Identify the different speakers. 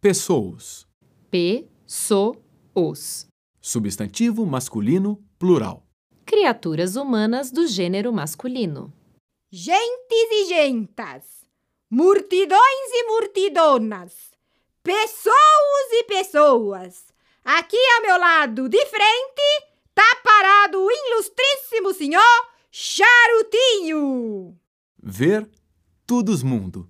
Speaker 1: Pessoas.
Speaker 2: Pessoas.
Speaker 1: Substantivo masculino plural.
Speaker 2: Criaturas humanas do gênero masculino.
Speaker 3: gentes e gentas, multidões e multidonas, pessoas e pessoas. Aqui a meu lado, de frente, tá parado o ilustríssimo senhor Charutinho.
Speaker 1: Ver todos mundo.